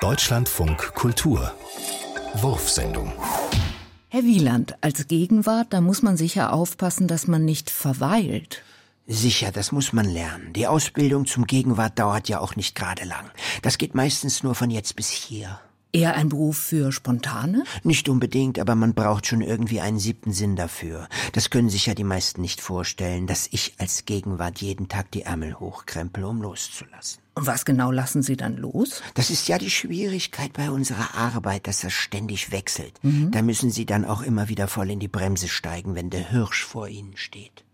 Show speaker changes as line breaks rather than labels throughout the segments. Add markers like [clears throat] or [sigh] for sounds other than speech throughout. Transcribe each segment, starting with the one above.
Deutschlandfunk Kultur. Wurfsendung.
Herr Wieland, als Gegenwart, da muss man sicher aufpassen, dass man nicht verweilt.
Sicher, das muss man lernen. Die Ausbildung zum Gegenwart dauert ja auch nicht gerade lang. Das geht meistens nur von jetzt bis hier.
Eher ein Beruf für Spontane?
Nicht unbedingt, aber man braucht schon irgendwie einen siebten Sinn dafür. Das können sich ja die meisten nicht vorstellen, dass ich als Gegenwart jeden Tag die Ärmel hochkrempel, um loszulassen.
Und was genau lassen Sie dann los?
Das ist ja die Schwierigkeit bei unserer Arbeit, dass das ständig wechselt. Da müssen Sie dann auch immer wieder voll in die Bremse steigen, wenn der Hirsch vor Ihnen steht.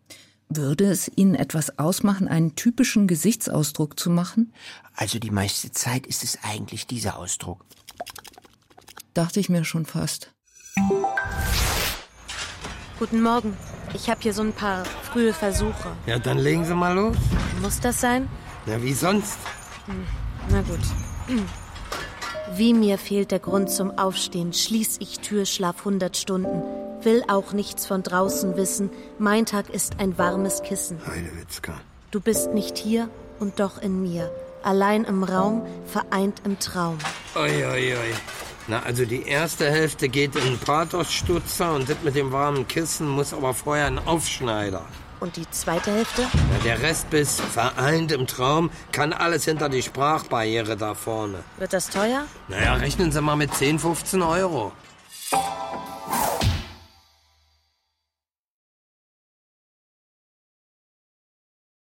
Würde es Ihnen etwas ausmachen, einen typischen Gesichtsausdruck zu machen?
Also die meiste Zeit ist es eigentlich dieser Ausdruck.
Dachte ich mir schon fast.
Guten Morgen. Ich habe hier so ein paar frühe Versuche.
Ja, dann legen Sie mal los.
Muss das sein?
Na, wie sonst?
Na gut. [clears throat] Wie mir fehlt der Grund zum Aufstehen, schließ ich Tür, schlaf hundert Stunden. Will auch nichts von draußen wissen, mein Tag ist ein warmes Kissen.
Heidewitzka.
Du bist nicht hier und doch in mir, allein im Raum, vereint im Traum.
Oi, oi, oi. Na, also die erste Hälfte geht in Pathosstutzer und das mit dem warmen Kissen muss aber vorher ein Aufschneider.
Und die zweite Hälfte?
Na, der Rest bis vereint im Traum kann alles hinter die Sprachbarriere da vorne.
Wird das teuer?
Naja, rechnen Sie mal mit 10, 15 Euro.